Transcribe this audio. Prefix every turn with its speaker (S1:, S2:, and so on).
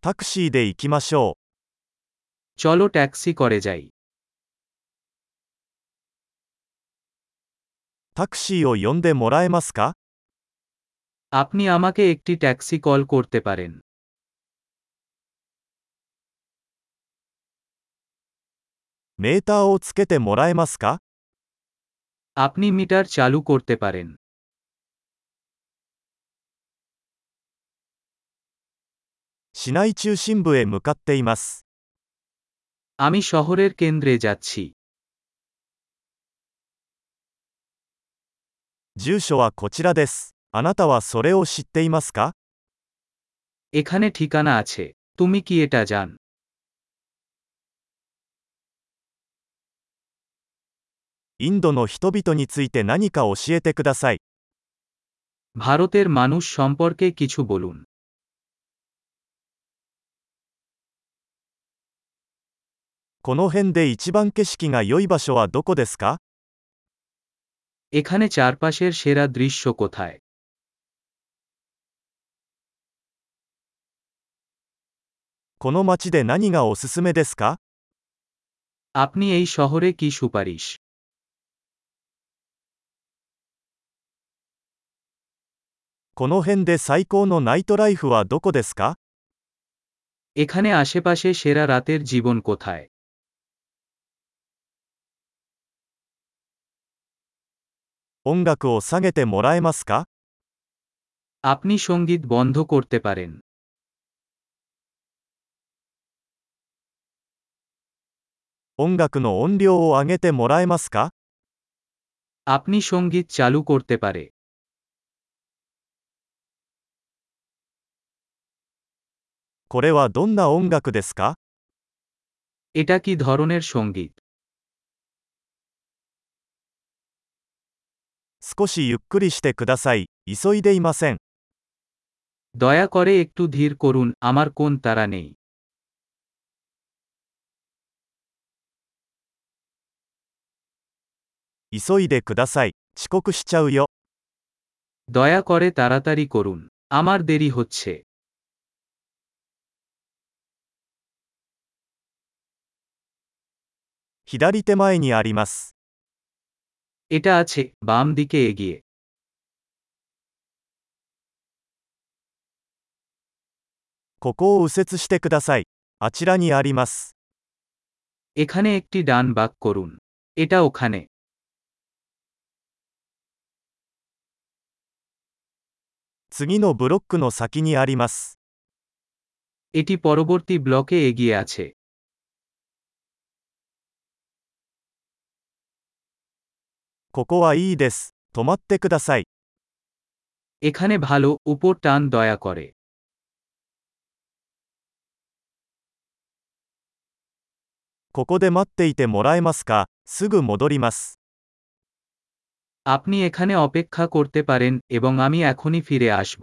S1: タクシーで行きましょ
S2: চলো ট্যাক্সি করে যাই
S1: う。タクシーを呼んでもらえますか
S2: আপনি আমাকে একটি ট্যাক্সি কল করতে পারেন
S1: メーターをつけてもらえますか
S2: আপনি মিটার চালু করতে পারেন
S1: 市内中心部へ向かっています。
S2: আমি শহরের কেন্দ্রে যাচ্ছি
S1: 住所はこちらです。あなたはそれを知っていますか
S2: এখানে ঠিকানা আছে তুমি কি এটা জান
S1: インドの人々について何か教えてください。
S2: ভারতের মানুষ সম্পর্কে কিছু বলুন
S1: この辺で一番景色が良い場所はどこですか
S2: এখানে চারপাশের সেরা দৃশ্য কোথায়
S1: この街で何がおすすめですか
S2: আপনি এই শহরে কি সুপারিশ
S1: この辺で最高のナイトライフはどこですか
S2: এখানে আশেপাশে সেরা রাতের জীবন কোথায়
S1: 音楽を下げてもらえますか
S2: আপনি সঙ্গীত বন্ধ করতে পারেন
S1: 音楽の音量を上げてもらえますか
S2: আপনি সঙ্গীত চালু করতে পারে
S1: これはどんな音楽ですか
S2: এটা কি ধরনের সঙ্গীত
S1: 少しゆっくりしてください。急いでいません。
S2: দয়া করে একটু ধীর করুন আমার কোন তারা নেই
S1: 急いでください。遅刻しちゃうよ。
S2: দয়া করে তাড়াতাড়ি করুন আমার দেরি হচ্ছে
S1: 左手前にあります。
S2: এটা আছে বাম দিকে এগিয়ে
S1: ここを右折してください。あちらにあります。
S2: এখানে একটি ডান বাক করুন এটা ওখানে
S1: 次のブロックの先にあります。
S2: এটি পরবর্তী ব্লকে এগিয়ে আছে
S1: ここはいいです。止まってください。
S2: এখানে ভালো উপর টান দয়া করে
S1: ここで待っていてもらえますかすぐ戻ります。
S2: আপনি এখানে অপেক্ষা করতে পারেন এবং আমি এখনই ফিরে আসব